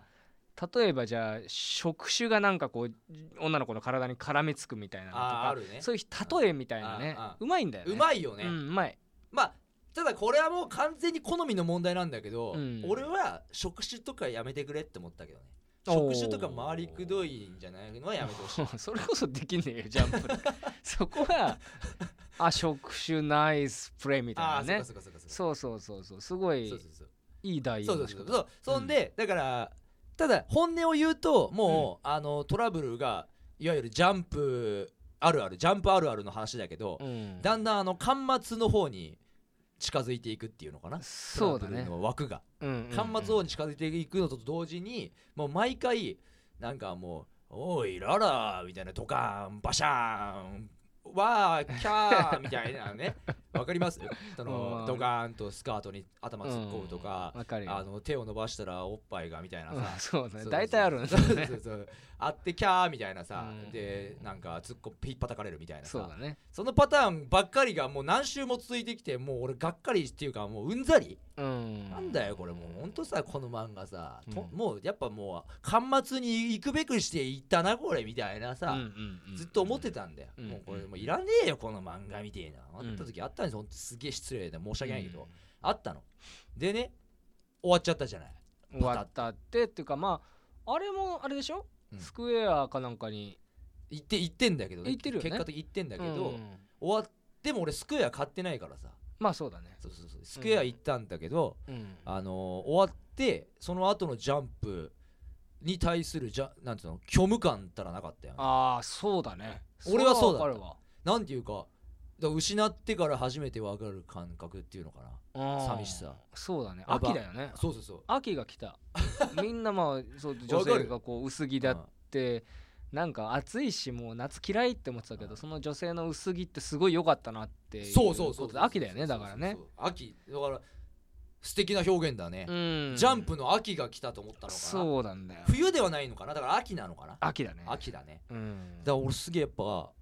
[SPEAKER 4] 例えばじゃあ触手がなんかこう女の子の体に絡みつくみたいなのと
[SPEAKER 3] あー
[SPEAKER 4] か
[SPEAKER 3] あるね
[SPEAKER 4] そういう例えみたいなね
[SPEAKER 3] あああ
[SPEAKER 4] うまいんだよね
[SPEAKER 3] うまいよね、
[SPEAKER 4] うんうまい
[SPEAKER 3] まあただこれはもう完全に好みの問題なんだけど、
[SPEAKER 4] うん
[SPEAKER 3] 俺は職種とかやめてくれって思ったけどね
[SPEAKER 4] おー
[SPEAKER 3] 職種とか回りくどいんじゃないのはやめてほし い
[SPEAKER 4] それこそできねえよジ ャンプそこはあ触手ナイスプレイみ
[SPEAKER 3] あ
[SPEAKER 4] た
[SPEAKER 3] あ
[SPEAKER 4] い
[SPEAKER 3] そう
[SPEAKER 4] なね
[SPEAKER 3] かそうかそうかそうか
[SPEAKER 4] そうそうそうそうすご
[SPEAKER 3] そう
[SPEAKER 4] い
[SPEAKER 3] そうそう
[SPEAKER 4] いい代
[SPEAKER 3] そ
[SPEAKER 4] 用
[SPEAKER 3] うそうそ
[SPEAKER 4] の仕
[SPEAKER 3] う
[SPEAKER 4] 方
[SPEAKER 3] そうそんで、だからただ本音を言うともう、あのトラブルがいわゆるジャンプあるあるジャンプあるあるの話だけど、
[SPEAKER 4] うん
[SPEAKER 3] だんだんあの巻末の方に近づいていくっていうのかな
[SPEAKER 4] そうだ
[SPEAKER 3] トラ
[SPEAKER 4] ね
[SPEAKER 3] ブルの枠が
[SPEAKER 4] うんうんうん
[SPEAKER 3] 端末王に近づいていくのと同時にもう毎回なんかもう「おいララ」みたいな「ドカーンバシャーン」わーキャーみたいな ねわかりますそ
[SPEAKER 4] うん
[SPEAKER 3] のドカーンとスカートに頭突っ込むとか
[SPEAKER 4] うんわかるよ
[SPEAKER 3] あの手を伸ばしたらおっぱいがみたいな
[SPEAKER 4] うん
[SPEAKER 3] さ
[SPEAKER 4] そう
[SPEAKER 3] そう
[SPEAKER 4] ね
[SPEAKER 3] そう
[SPEAKER 4] 大体あるんだ
[SPEAKER 3] そうそうそうあってキャーみたいなさ
[SPEAKER 4] うん
[SPEAKER 3] でなんか突っ込みひっぱたかれるみたいな
[SPEAKER 4] そう
[SPEAKER 3] さ
[SPEAKER 4] だね
[SPEAKER 3] そのパターンばっかりがもう何週も続いてきてもう俺がっかりっていうかもううんざり
[SPEAKER 4] うん
[SPEAKER 3] なんだよこれもうほんとさこの漫画さ、と
[SPEAKER 4] うん
[SPEAKER 3] もうやっぱもう巻末に行くべくして行ったなこれみたいなさ、
[SPEAKER 4] うんうんうん
[SPEAKER 3] ずっと思ってたんだよ、
[SPEAKER 4] うん
[SPEAKER 3] もうこれもういらねえよこの漫画みてえな
[SPEAKER 4] うん
[SPEAKER 3] あった時あったんですよほんとすげえ失礼で申し訳ないけど、あったのでね終わっちゃったじゃない
[SPEAKER 4] うん終わったってっていうかまああれもあれでしょ
[SPEAKER 3] うん
[SPEAKER 4] スクエアかなんかに
[SPEAKER 3] 行って行ってんだけど、
[SPEAKER 4] 行ってるよね
[SPEAKER 3] 結果的に行ってんだけど、
[SPEAKER 4] うん
[SPEAKER 3] 終わっても俺スクエア買ってないからさ
[SPEAKER 4] まあそうだね
[SPEAKER 3] そうそうそうスクエア行ったんだけど、
[SPEAKER 4] うん
[SPEAKER 3] あのー終わってその後のジャンプに対するじゃなんていうの虚無感ったらなかったよね
[SPEAKER 4] ああそうだね
[SPEAKER 3] 俺はそうだ
[SPEAKER 4] れわかるわ
[SPEAKER 3] なんていうかだから失ってから初めて分かる感覚っていうのかな
[SPEAKER 4] うん
[SPEAKER 3] 寂しさ
[SPEAKER 4] そうだね
[SPEAKER 3] やっぱ
[SPEAKER 4] 秋だよね
[SPEAKER 3] そうそうそう
[SPEAKER 4] 秋が 来たみんなまあそう女性がこう薄着だってなんか暑いしもう夏嫌いって思ってたけ
[SPEAKER 3] う
[SPEAKER 4] ど
[SPEAKER 3] ん
[SPEAKER 4] その女性の薄着ってすごい良かったなってい
[SPEAKER 3] そうそうそう
[SPEAKER 4] ことで秋だよねだから
[SPEAKER 3] そ
[SPEAKER 4] ね
[SPEAKER 3] うそうそう秋だから素敵な表現だね、
[SPEAKER 4] うん
[SPEAKER 3] ジャンプの秋が来たと思ったのかな
[SPEAKER 4] そうなんだよ
[SPEAKER 3] 冬ではないのかなだから秋なのかな
[SPEAKER 4] 秋だね
[SPEAKER 3] 秋だね
[SPEAKER 4] うん
[SPEAKER 3] だから俺すげえやっぱうわ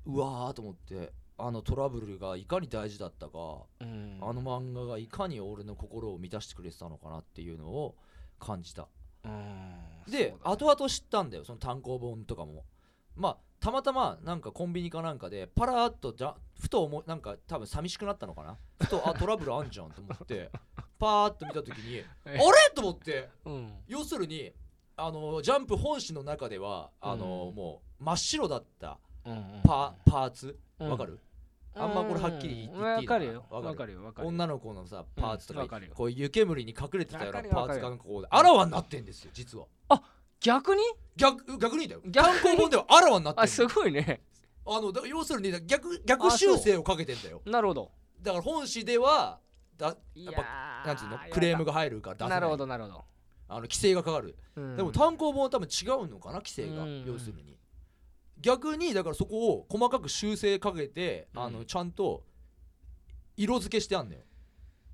[SPEAKER 3] ーと思ってあのトラブルがいかに大事だったか
[SPEAKER 4] うん
[SPEAKER 3] あの漫画がいかに俺の心を満たしてくれてたのかなっていうのを感じた
[SPEAKER 4] うん
[SPEAKER 3] で
[SPEAKER 4] そうだ
[SPEAKER 3] 後々知ったんだよその単行本とかもまあたまたまなんかコンビニかなんかでパラーっとじゃふと思いなんか多分寂しくなったのかなふとあトラブルあんじゃんと思 ってパーっと見た時にあれと思って
[SPEAKER 4] うん
[SPEAKER 3] 要するにあのジャンプ本誌の中ではあの、
[SPEAKER 4] うん
[SPEAKER 3] もう真っ白だった
[SPEAKER 4] うん
[SPEAKER 3] パパーツ
[SPEAKER 4] う
[SPEAKER 3] わかる、あんまこれはっきり言っていいの
[SPEAKER 4] わかるよ
[SPEAKER 3] わ
[SPEAKER 4] わ
[SPEAKER 3] かる
[SPEAKER 4] かるよわかるよ
[SPEAKER 3] 女の子のさパーツと
[SPEAKER 4] うんわ
[SPEAKER 3] か,、
[SPEAKER 4] かるよ
[SPEAKER 3] こう湯煙に隠れてたような
[SPEAKER 4] わかるよ
[SPEAKER 3] パ
[SPEAKER 4] わ
[SPEAKER 3] ー
[SPEAKER 4] か
[SPEAKER 3] ツ
[SPEAKER 4] るよ
[SPEAKER 3] がなんかこうあらわになってんですよ実は
[SPEAKER 4] 逆に
[SPEAKER 3] 逆逆にだよ
[SPEAKER 4] 逆
[SPEAKER 3] 単
[SPEAKER 4] に
[SPEAKER 3] 行本ではあらわになってん
[SPEAKER 4] あ
[SPEAKER 3] の
[SPEAKER 4] すごいね
[SPEAKER 3] あのだ要するに逆逆修正をかけてんだよ
[SPEAKER 4] なるほど
[SPEAKER 3] だから本誌ではだやっぱ
[SPEAKER 4] ぱ
[SPEAKER 3] なんていうのクレームが入るから出せな
[SPEAKER 4] ないるほどなるほど
[SPEAKER 3] あの規制がかかる、
[SPEAKER 4] うん
[SPEAKER 3] でも単行本は多分違うのかな規制が、
[SPEAKER 4] うん
[SPEAKER 3] 要するに逆にだからそこを細かく修正かけて、あ
[SPEAKER 4] う
[SPEAKER 3] の
[SPEAKER 4] ん
[SPEAKER 3] ちゃんと色付けしてあんのよ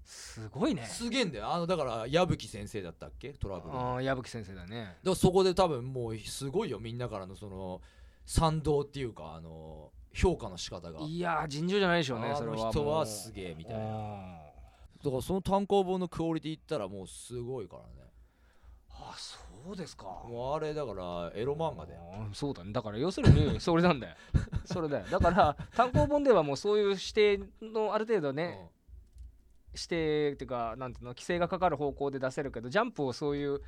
[SPEAKER 4] すごいね
[SPEAKER 3] すげえんだよあのだから矢吹先生だったっけトラブルの
[SPEAKER 4] ああ矢吹先生だね
[SPEAKER 3] だからそこで多分もうすごいよみんなからのその賛同っていうかあの評価の仕方が、
[SPEAKER 4] いやー尋常じゃないでしょうね
[SPEAKER 3] あ
[SPEAKER 4] それは
[SPEAKER 3] の人はすげえみ
[SPEAKER 4] み
[SPEAKER 3] たいなだからその単行本のクオリティ言ったらもうすごいからね
[SPEAKER 4] あそうですか
[SPEAKER 3] もうあれだからエロ漫画だよ
[SPEAKER 4] あーそうだねだから要す るにそれなんだよそれだよだから単行本ではもうそういう指定のある程度ね、指定っていうかなんていうの規制がかかる方向で出せるけどジャンプをそういう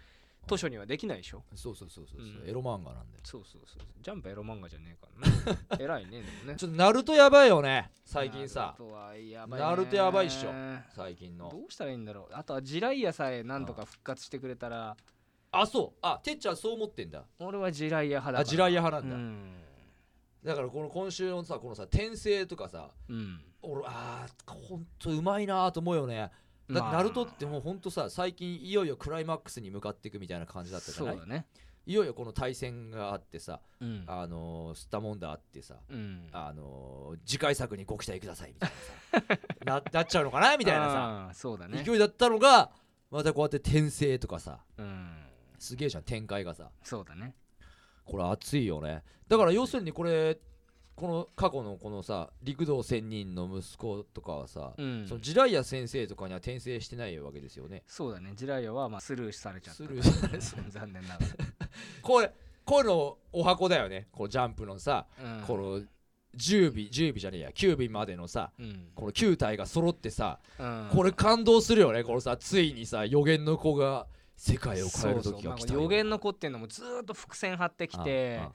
[SPEAKER 4] 図書にはできないでしょ
[SPEAKER 3] うんそうそうそうそうそう、
[SPEAKER 4] うん
[SPEAKER 3] エロ漫画なんだよ
[SPEAKER 4] そうそうそうジャンプエロ漫画じゃねえか らな偉いねでもね
[SPEAKER 3] ちょっとナルトやばいよね最近さ
[SPEAKER 4] ナルトはやばいね
[SPEAKER 3] ナルトやばいっしょ最近
[SPEAKER 4] ど
[SPEAKER 3] の
[SPEAKER 4] うしたらいいんだろうあとはジライヤさえなんとか復活してくれたら
[SPEAKER 3] あそうあてっちゃんそう思ってんだ
[SPEAKER 4] 俺はジライヤ派だから
[SPEAKER 3] あ地雷派なんだ、
[SPEAKER 4] うん
[SPEAKER 3] だからこの今週のさこのさ転生とかさ
[SPEAKER 4] うん
[SPEAKER 3] 俺あーほんとうまいなーと思うよねだってナルトってもうほんとさ最近いよいよクライマックスに向かっていくみたいな感じだったじゃない
[SPEAKER 4] そうだね
[SPEAKER 3] いよいよこの対戦があってさ
[SPEAKER 4] うん
[SPEAKER 3] あのー、スタモンダーあってさ
[SPEAKER 4] うん
[SPEAKER 3] あのー次回作にご期待くださいみたいな さななっちゃうのかなみたいなさ、
[SPEAKER 4] あーそうだね
[SPEAKER 3] 勢いだったのがまたこうやって転生とかさ
[SPEAKER 4] うん
[SPEAKER 3] すげえじゃん展開がさ
[SPEAKER 4] そうだね
[SPEAKER 3] これ熱いよねだから要するにこれこの過去のこのさ陸道仙人の息子とかはさ、
[SPEAKER 4] うん
[SPEAKER 3] そのジライア先生とかには転生してないわけですよね
[SPEAKER 4] そうだねジライヤはまあスルーされちゃった
[SPEAKER 3] スルーさ
[SPEAKER 4] れちゃった残念なが
[SPEAKER 3] これこういうのお箱だよねこのジャンプのさ、
[SPEAKER 4] らう ん
[SPEAKER 3] この10尾10尾じゃねえや9尾までのさ
[SPEAKER 4] うん
[SPEAKER 3] この9体が揃ってさ、
[SPEAKER 4] うん
[SPEAKER 3] これ感動するよねこのさついにさ予言の子が世界を変える
[SPEAKER 4] そうそう
[SPEAKER 3] 時が
[SPEAKER 4] まあ
[SPEAKER 3] 来
[SPEAKER 4] こ
[SPEAKER 3] た
[SPEAKER 4] れ
[SPEAKER 3] よ
[SPEAKER 4] 予言の子っていうのもずーっと伏線張ってきて
[SPEAKER 3] あ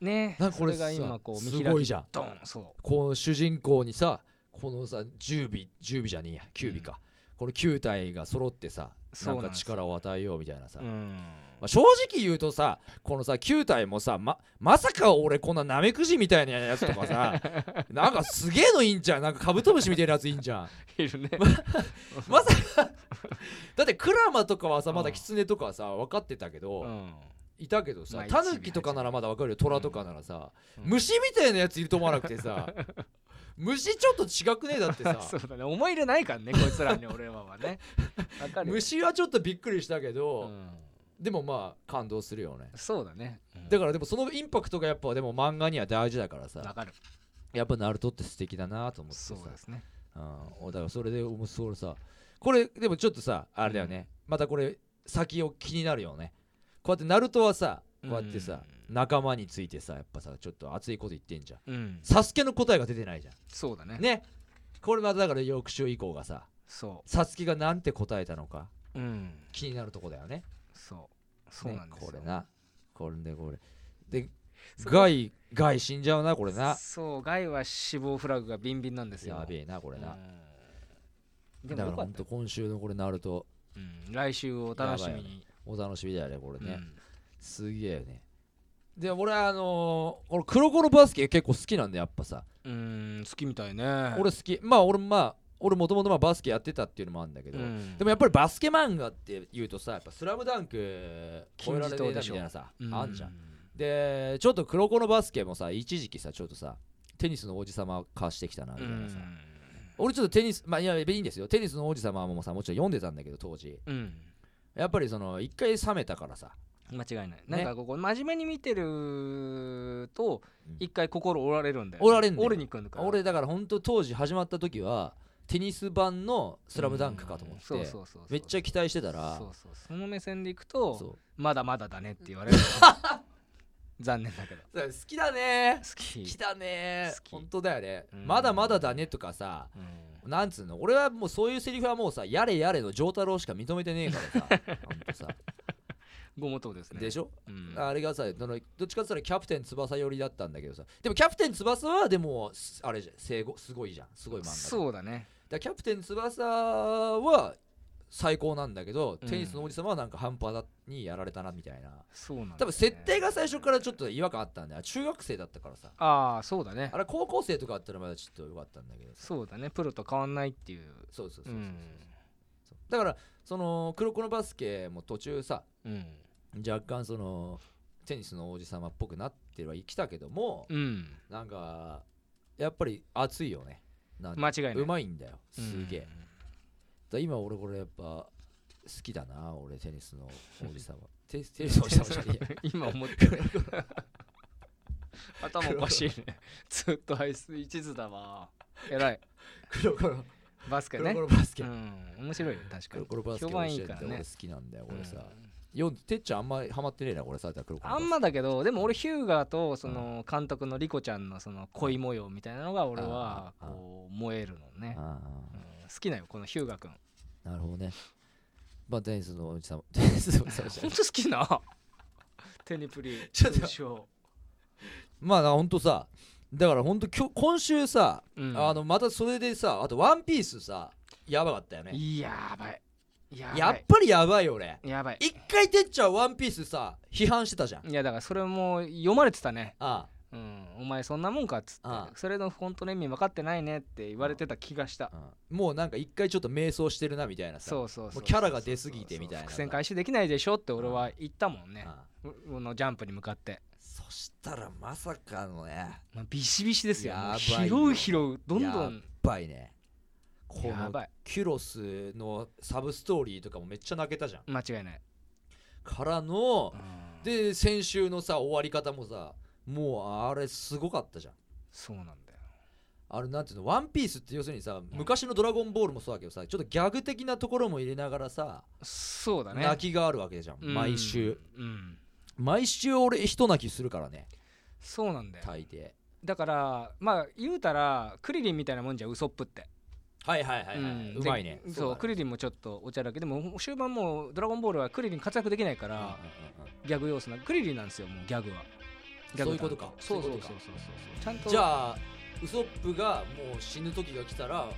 [SPEAKER 4] ね
[SPEAKER 3] あなんか
[SPEAKER 4] そ
[SPEAKER 3] これ
[SPEAKER 4] れ
[SPEAKER 3] さ
[SPEAKER 4] が今こう見
[SPEAKER 3] す
[SPEAKER 4] 開
[SPEAKER 3] ごい
[SPEAKER 4] き
[SPEAKER 3] じゃん
[SPEAKER 4] ドンそ
[SPEAKER 3] この主人公にさこのさ10尾10尾じゃねえや9尾か、この9体が揃ってさ
[SPEAKER 4] そ
[SPEAKER 3] な
[SPEAKER 4] うんなん
[SPEAKER 3] か
[SPEAKER 4] です
[SPEAKER 3] 力を与えようみたいなさ
[SPEAKER 4] ううん
[SPEAKER 3] まあ、正直言うとさこのさ9体もさままさか俺こんなナメクジみたいなやつとか さなんかすげえのいいんじゃんなんかカブトムシみたいなやついいんじゃん
[SPEAKER 4] いるね
[SPEAKER 3] まさか だってクラマとかはさまだキツネとかはさ分かってたけど、
[SPEAKER 4] うん
[SPEAKER 3] いたけどさ
[SPEAKER 4] まあ
[SPEAKER 3] タヌキとかならまだわかるよ虎とかならさ、
[SPEAKER 4] うん
[SPEAKER 3] 虫みたいなやついると思わなくて さ虫ちょっと違くねえだってさ
[SPEAKER 4] そうだね思い入れないからねこいつらに俺らは ねわかるよ
[SPEAKER 3] 虫はちょっとびっくりしたけ
[SPEAKER 4] う
[SPEAKER 3] ど、
[SPEAKER 4] ん
[SPEAKER 3] でもまあ感動するよね
[SPEAKER 4] そうだね
[SPEAKER 3] だからでもそのインパクトがやっぱでも漫画には大事だから
[SPEAKER 4] わ
[SPEAKER 3] さ
[SPEAKER 4] かる
[SPEAKER 3] やっぱナルトって素敵だなと思ってさ
[SPEAKER 4] そうですね
[SPEAKER 3] うん、だからそれでもうそれさこれでもちょっとさあれだよね、またこれ先を気になるよねこうやってナルトはさこうやってさ、仲間についてさやっぱさちょっと熱いこと言ってんじゃん
[SPEAKER 4] うん
[SPEAKER 3] サスケの答えが出てないじゃん
[SPEAKER 4] そうだね
[SPEAKER 3] ねこれまただから翌週以降がさ
[SPEAKER 4] そ
[SPEAKER 3] サツキがなんて答えたのか
[SPEAKER 4] ううん
[SPEAKER 3] 気になるとこだよね
[SPEAKER 4] そうそうなんですよ
[SPEAKER 3] ねこれなこれねこれで
[SPEAKER 4] そ
[SPEAKER 3] ガイガイ死んじゃうなこれな
[SPEAKER 4] そうガイは死亡フラグがビンビンなんですよ
[SPEAKER 3] やべえなこれな
[SPEAKER 4] うんで
[SPEAKER 3] だから
[SPEAKER 4] もよか
[SPEAKER 3] ほ
[SPEAKER 4] っ
[SPEAKER 3] んと
[SPEAKER 4] たよ
[SPEAKER 3] 今週のこれなると
[SPEAKER 4] うん来週をお楽しみに
[SPEAKER 3] お楽しみだよねこれね、
[SPEAKER 4] うん
[SPEAKER 3] すげえよねで俺あのー、俺黒子のバスケ結構好きなんだやっぱさ、
[SPEAKER 4] うん好きみたいね
[SPEAKER 3] 俺好きまあ俺まあ俺もともとバスケやってたっていうのもあるんだけど、
[SPEAKER 4] うん
[SPEAKER 3] でもやっぱりバスケ漫画って言うとさ、やっぱスラムダンク超えられねえなみたいなさ、
[SPEAKER 4] う
[SPEAKER 3] あんじゃん。で、ちょっと黒子のバスケもさ、一時期さ、ちょっとさ、テニスの王子様化してきたなみ
[SPEAKER 4] う
[SPEAKER 3] たいなさ。
[SPEAKER 4] ん
[SPEAKER 3] 俺ちょっとテニス、まあいや、いいんですよ。テニスの王子様もさ、もちろん読んでたんだけど、当時。
[SPEAKER 4] うん
[SPEAKER 3] やっぱりその、一回冷めたからさ。
[SPEAKER 4] 間違いないなんかここ真面目に見てると
[SPEAKER 3] うん
[SPEAKER 4] 一回心折られるんだよ
[SPEAKER 3] 折られんだよ
[SPEAKER 4] 折りに来るから
[SPEAKER 3] 俺だから本当当時始まった時は、テニス版のスラムダンクかと思って、
[SPEAKER 4] うんそうそうそうそう
[SPEAKER 3] めっちゃ期待してたら、
[SPEAKER 4] そうそうその目線でいくと
[SPEAKER 3] そう
[SPEAKER 4] まだまだだねって言われる残念だけど
[SPEAKER 3] 好きだね
[SPEAKER 4] 好
[SPEAKER 3] 好
[SPEAKER 4] き
[SPEAKER 3] き、だね
[SPEAKER 4] 好き
[SPEAKER 3] 本当だよね、
[SPEAKER 4] うん
[SPEAKER 3] まだまだだねとかさ
[SPEAKER 4] うん
[SPEAKER 3] なんつうの俺はもうそういうセリフはもうさやれやれの丈太郎しか認めてねえから さほんとさ
[SPEAKER 4] ごもっともですね
[SPEAKER 3] でしょ、
[SPEAKER 4] うん
[SPEAKER 3] あれがさどのどっちかって言ったらキャプテン翼寄りだったんだけどさでもキャプテン翼はでもすあれじゃん生後すごいじゃんすごい漫画だだか
[SPEAKER 4] そうだね
[SPEAKER 3] らキャプテン翼は最高なんだけど、
[SPEAKER 4] うん
[SPEAKER 3] テニスの王子様はなんか半端だにやられたなみたいな
[SPEAKER 4] そうなんだ、ね、
[SPEAKER 3] 多分設定が最初からちょっと違和感あったんだよ中学生だったからさ
[SPEAKER 4] ああそうだね
[SPEAKER 3] あれ高校生とかあったらまだちょっとよかったんだけどさ
[SPEAKER 4] そうだねプロと変わんないっていう
[SPEAKER 3] そうそうそうそう、
[SPEAKER 4] うん
[SPEAKER 3] そうだからその黒子のバスケも途中さ
[SPEAKER 4] うん
[SPEAKER 3] 若干そのテニスの王子様っぽくなってはきたけども、
[SPEAKER 4] うん
[SPEAKER 3] なんかやっぱり熱いよねなん
[SPEAKER 4] 間違いないう
[SPEAKER 3] まいんだよすげえ、
[SPEAKER 4] うん
[SPEAKER 3] だから今俺これやっぱ好きだな俺テニスの王子様テテニスの王子様じゃねえや
[SPEAKER 4] 今思って る頭おかしいねずっと排出一途だわ偉い
[SPEAKER 3] 黒子の
[SPEAKER 4] バスケ
[SPEAKER 3] 黒
[SPEAKER 4] ね
[SPEAKER 3] 子のバスケ、
[SPEAKER 4] うん面白いよ確か
[SPEAKER 3] 黒
[SPEAKER 4] に
[SPEAKER 3] 子のバスケ
[SPEAKER 4] 評
[SPEAKER 3] 教え
[SPEAKER 4] 判いい
[SPEAKER 3] て
[SPEAKER 4] から
[SPEAKER 3] て
[SPEAKER 4] ね
[SPEAKER 3] 俺好きなんだよ
[SPEAKER 4] う
[SPEAKER 3] 俺
[SPEAKER 4] ん
[SPEAKER 3] さ、よん、てっちゃんあんまりハマってねえな俺さだから黒子のバ
[SPEAKER 4] あ
[SPEAKER 3] スケ
[SPEAKER 4] んまだけどでも俺ヒューガーとその監督のリコちゃんのその恋模様みたいなのが俺は
[SPEAKER 3] うん
[SPEAKER 4] こう燃えるのね、
[SPEAKER 3] あ
[SPEAKER 4] う
[SPEAKER 3] あ
[SPEAKER 4] ん好きなよこのヒューガーくん
[SPEAKER 3] あなるほどねまあテニスの王子様テニスの王子様じゃな
[SPEAKER 4] ほん
[SPEAKER 3] い
[SPEAKER 4] と好きな テニプリ
[SPEAKER 3] ちょっと
[SPEAKER 4] 通称
[SPEAKER 3] まあほんとさだからほんときょ今週さ、
[SPEAKER 4] うん
[SPEAKER 3] あのまたそれでさあと「ワンピースさやばかったよね
[SPEAKER 4] やばいやばい
[SPEAKER 3] やっぱりやばいよ俺
[SPEAKER 4] やばい
[SPEAKER 3] 一回てっちゃんワンピースさ批判してたじゃん
[SPEAKER 4] いやだからそれも読まれてたね
[SPEAKER 3] あ
[SPEAKER 4] うん、お前そんなもんかっつって
[SPEAKER 3] ああ
[SPEAKER 4] それの本当の意味分かってないねって言われてた気がした
[SPEAKER 3] あ、もうなんか一回ちょっと迷走してるなみたいなさ
[SPEAKER 4] そうそう
[SPEAKER 3] も
[SPEAKER 4] そう
[SPEAKER 3] うキャラが出すぎてみたいな
[SPEAKER 4] 伏線回収できないでしょって俺は言ったもんね
[SPEAKER 3] ああ
[SPEAKER 4] このジャンプに向かって、
[SPEAKER 3] そしたらまさかのねや
[SPEAKER 4] まあ、ビシビシですよ
[SPEAKER 3] やばい
[SPEAKER 4] もう
[SPEAKER 3] よ
[SPEAKER 4] 拾う拾うどんどん
[SPEAKER 3] ばいねこ
[SPEAKER 4] や
[SPEAKER 3] の
[SPEAKER 4] ばい
[SPEAKER 3] キュロスのサブストーリーとかもめっちゃ泣けたじゃん
[SPEAKER 4] 間違いない、
[SPEAKER 3] からの
[SPEAKER 4] うん
[SPEAKER 3] で先週のさ終わり方もさもうあれすごかったじゃん
[SPEAKER 4] そうなんだよ
[SPEAKER 3] あれなんていうの「ワンピースって要するにさ昔の「ドラゴンボール」もそうだけどさちょっとギャグ的なところも入れながらさ
[SPEAKER 4] そうだね
[SPEAKER 3] 泣きがあるわけじゃん
[SPEAKER 4] うん
[SPEAKER 3] 毎週
[SPEAKER 4] うん
[SPEAKER 3] 毎週俺一泣きするからね
[SPEAKER 4] そうなんだよ
[SPEAKER 3] 大抵
[SPEAKER 4] だからまあ言うたらクリリンみたいなもんじゃんウソップって
[SPEAKER 3] はいはいは
[SPEAKER 4] うん
[SPEAKER 3] うまいね
[SPEAKER 4] でそうク
[SPEAKER 3] れ
[SPEAKER 4] リリンもちょっとおちゃらけでも終盤もう「ドラゴンボール」はクリリン活躍できないから、ギャグ要素なクリリンなんですよもうギャグはギャグ
[SPEAKER 3] そういうことか
[SPEAKER 4] そうそう
[SPEAKER 3] そうい
[SPEAKER 4] そうう
[SPEAKER 3] ことか
[SPEAKER 4] そうちゃんと
[SPEAKER 3] じゃあウソップがもう死ぬ時が来たらもう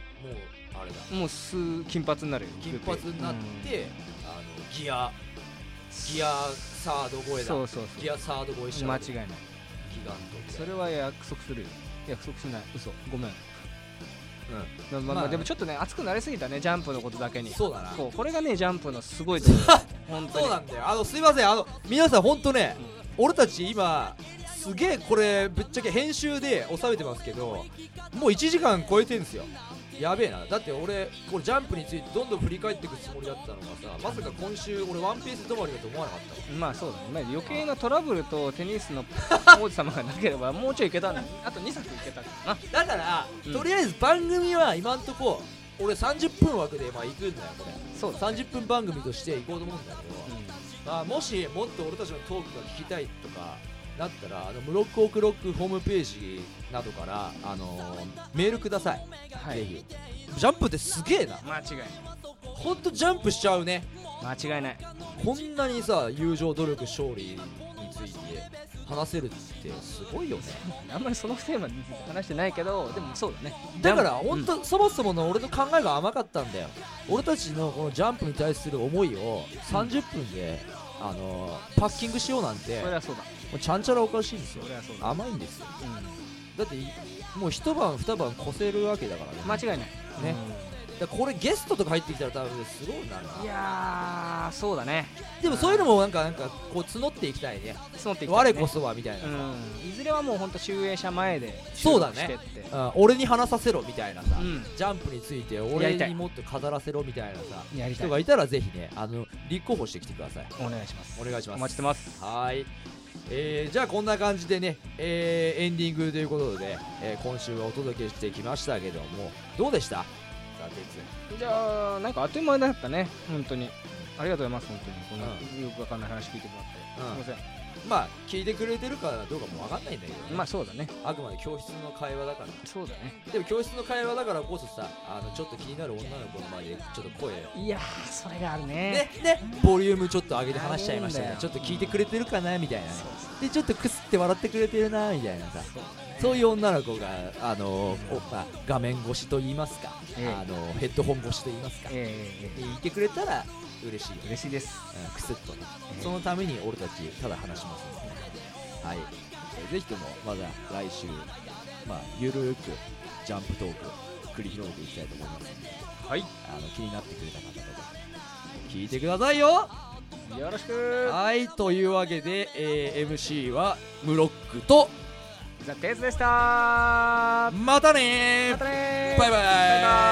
[SPEAKER 3] あれだ
[SPEAKER 4] もうす金髪になるよ
[SPEAKER 3] 金髪になっ
[SPEAKER 4] うん
[SPEAKER 3] てあのギアギアサード超え
[SPEAKER 4] そ
[SPEAKER 3] だ
[SPEAKER 4] うそう
[SPEAKER 3] ギアサード超えし
[SPEAKER 4] そ
[SPEAKER 3] ち
[SPEAKER 4] う
[SPEAKER 3] ゃう
[SPEAKER 4] 間違いな
[SPEAKER 3] ギ
[SPEAKER 4] い
[SPEAKER 3] ガントみたいな
[SPEAKER 4] それは約束するよ約束しない嘘ごめんまあまあ、
[SPEAKER 3] まあ
[SPEAKER 4] でもちょっとね熱くなりすぎたねジャンプのことだけに
[SPEAKER 3] そうだな
[SPEAKER 4] こうこれがねジャンプのすごいとこ ろ本当に
[SPEAKER 3] そうなんだよあのすいませんあの皆さん本当ね、俺たち今すげえこれぶっちゃけ編集で収めてますけどもう1時間超えてんすよやべえなだって俺これジャンプについてどんどん振り返っていくつもりだったのがさまさか今週俺ワンピース止まりだと思わなかったも
[SPEAKER 4] まあそうだね、まあ、余計なトラブルとテニス の王子様がなければもうちょいいけたのにあと2作いけたかなん
[SPEAKER 3] だから、
[SPEAKER 4] うん
[SPEAKER 3] とりあえず番組は今んとこ俺30分枠でまあ行くんだよこれ
[SPEAKER 4] そうだ、
[SPEAKER 3] 30分番組として行こうと思うんだけど、まあ、もしもっと俺たちのトークが聞きたいとかなったらあのムロックオクロックホームページなどから、あのーメールください、
[SPEAKER 4] は
[SPEAKER 3] ぜ
[SPEAKER 4] い
[SPEAKER 3] ひジャンプってすげえな
[SPEAKER 4] 間違いない
[SPEAKER 3] ほんとジャンプしちゃうね
[SPEAKER 4] 間違いない
[SPEAKER 3] こんなにさ友情努力勝利について話せるってすごいよね
[SPEAKER 4] あんまりそのテーマ話してないけどでもそうだね
[SPEAKER 3] だから
[SPEAKER 4] ジャンプ
[SPEAKER 3] 本当、そもそもの俺の考えが甘かったんだよ俺たちのこのジャンプに対する思いを30分で、あのーパッキングしようなんて
[SPEAKER 4] それはそうだ
[SPEAKER 3] もうちゃんちゃらおかしいんですよ
[SPEAKER 4] それはそうだ、
[SPEAKER 3] 甘いんですよ
[SPEAKER 4] う
[SPEAKER 3] だっていもう一晩二晩越せるわけだからね
[SPEAKER 4] ん、間違いない
[SPEAKER 3] ね、だからこれゲストとか入ってきたら多分すごいなる
[SPEAKER 4] うんい
[SPEAKER 3] な
[SPEAKER 4] やーそうだね
[SPEAKER 3] でもそういうのもなんかなんかこう募っていきたいね
[SPEAKER 4] 募っていきたいね
[SPEAKER 3] 我こそはみたいな、
[SPEAKER 4] うんいずれはもう本当集英社前で
[SPEAKER 3] そうだね
[SPEAKER 4] 収録してって
[SPEAKER 3] うん俺に話させろみたいなさ、
[SPEAKER 4] うん
[SPEAKER 3] ジャンプについて
[SPEAKER 4] や
[SPEAKER 3] 俺
[SPEAKER 4] りた
[SPEAKER 3] に
[SPEAKER 4] い
[SPEAKER 3] もっと語らせろみたいなさ
[SPEAKER 4] やりたい
[SPEAKER 3] 人がいたらぜひねあの立候補してきてください
[SPEAKER 4] お願いします
[SPEAKER 3] お願いします
[SPEAKER 4] お待ちしてます
[SPEAKER 3] はい、えーじゃあこんな感じでね、えーエンディングということで、えー今週はお届けしてきましたけどもどうでしたザ・テツ
[SPEAKER 4] じゃあなんかあっという間だったね本当にありがとうございます本当にこんな、よくわかんない話聞いてもらって、
[SPEAKER 3] うん
[SPEAKER 4] すいません
[SPEAKER 3] まあ聞いてくれてるかどうかも分かんないんだけどね、
[SPEAKER 4] まあそうだね
[SPEAKER 3] あくまで教室の会話だから
[SPEAKER 4] そうだね
[SPEAKER 3] でも教室の会話だからこそさあのちょっと気になる女の子の前でちょっと声
[SPEAKER 4] いやーそれがあるね
[SPEAKER 3] ねねボリュームちょっと上げて話しちゃいました
[SPEAKER 4] あ
[SPEAKER 3] ね
[SPEAKER 4] るんだ
[SPEAKER 3] ちょ
[SPEAKER 4] よ
[SPEAKER 3] っと聞いてくれてるかなみたいな
[SPEAKER 4] そう
[SPEAKER 3] でちょっとクスって笑ってくれてるなみたいなさ
[SPEAKER 4] そうだね
[SPEAKER 3] そういう女の子が、あのおまあ、画面越しと言いますか、
[SPEAKER 4] ええ
[SPEAKER 3] あのヘッドホン越しと言いますか、
[SPEAKER 4] えええええ
[SPEAKER 3] いてくれたら嬉しいよね、
[SPEAKER 4] え嬉しいです
[SPEAKER 3] うん、クスッとね、
[SPEAKER 4] ええ
[SPEAKER 3] そのために俺たちただ話しますので、はいえーぜひともまだ来週、まあ、ゆるーくジャンプトークを繰り広げていきたいと思いますので
[SPEAKER 4] はい
[SPEAKER 3] あの気になってくれた方とか聞いてくださいよ
[SPEAKER 4] よろしく
[SPEAKER 3] はいというわけで、えー MC はムロックと
[SPEAKER 4] ザ・テイズでしたま
[SPEAKER 3] またねー
[SPEAKER 4] たねー
[SPEAKER 3] バイバイ
[SPEAKER 4] バイバイ